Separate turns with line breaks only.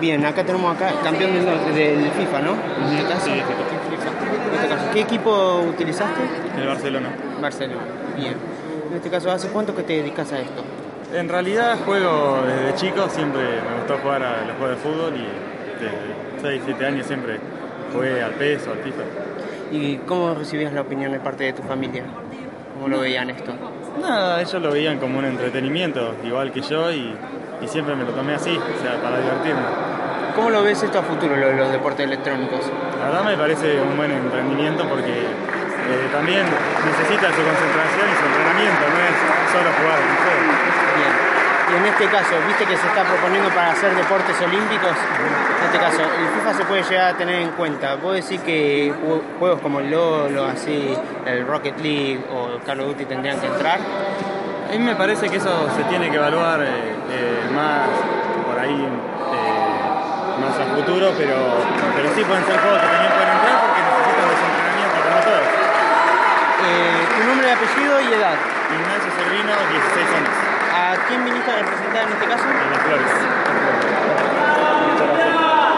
Bien, acá tenemos acá campeón del, norte- del FIFA, ¿no? En este caso.
Sí, sí,
En este caso, ¿Qué equipo utilizaste?
el Barcelona.
Barcelona. Bien. En este caso, ¿hace cuánto que te dedicas a esto?
En realidad juego desde chico, siempre me gustó jugar a los juegos de fútbol y desde 6, 7 años siempre jugué al peso, al FIFA.
¿Y cómo recibías la opinión de parte de tu familia? ¿Cómo lo veían esto?
Nada, ellos lo veían como un entretenimiento, igual que yo, y, y siempre me lo tomé así, o sea, para divertirme.
¿Cómo lo ves esto a futuro, lo de los deportes electrónicos?
La verdad me parece un buen emprendimiento porque eh, también necesita su concentración y su entrenamiento, no es solo jugar un juego.
Bien. Y en este caso, viste que se está proponiendo para hacer deportes olímpicos. En este caso, el FIFA se puede llegar a tener en cuenta. ¿Puedo decir que ju- juegos como el Lolo, así, el Rocket League o el Call of Duty tendrían que entrar?
A mí me parece que eso se tiene que evaluar eh, eh, más por ahí, eh, más a futuro, pero, pero sí pueden ser juegos que también pueden entrar porque necesitan de su entrenamiento como todos.
Eh, tu nombre, apellido y edad.
Ignacio Servino, 16 años,
¿A quién viniste a representar en este caso?
en las flores. Muchas gracias.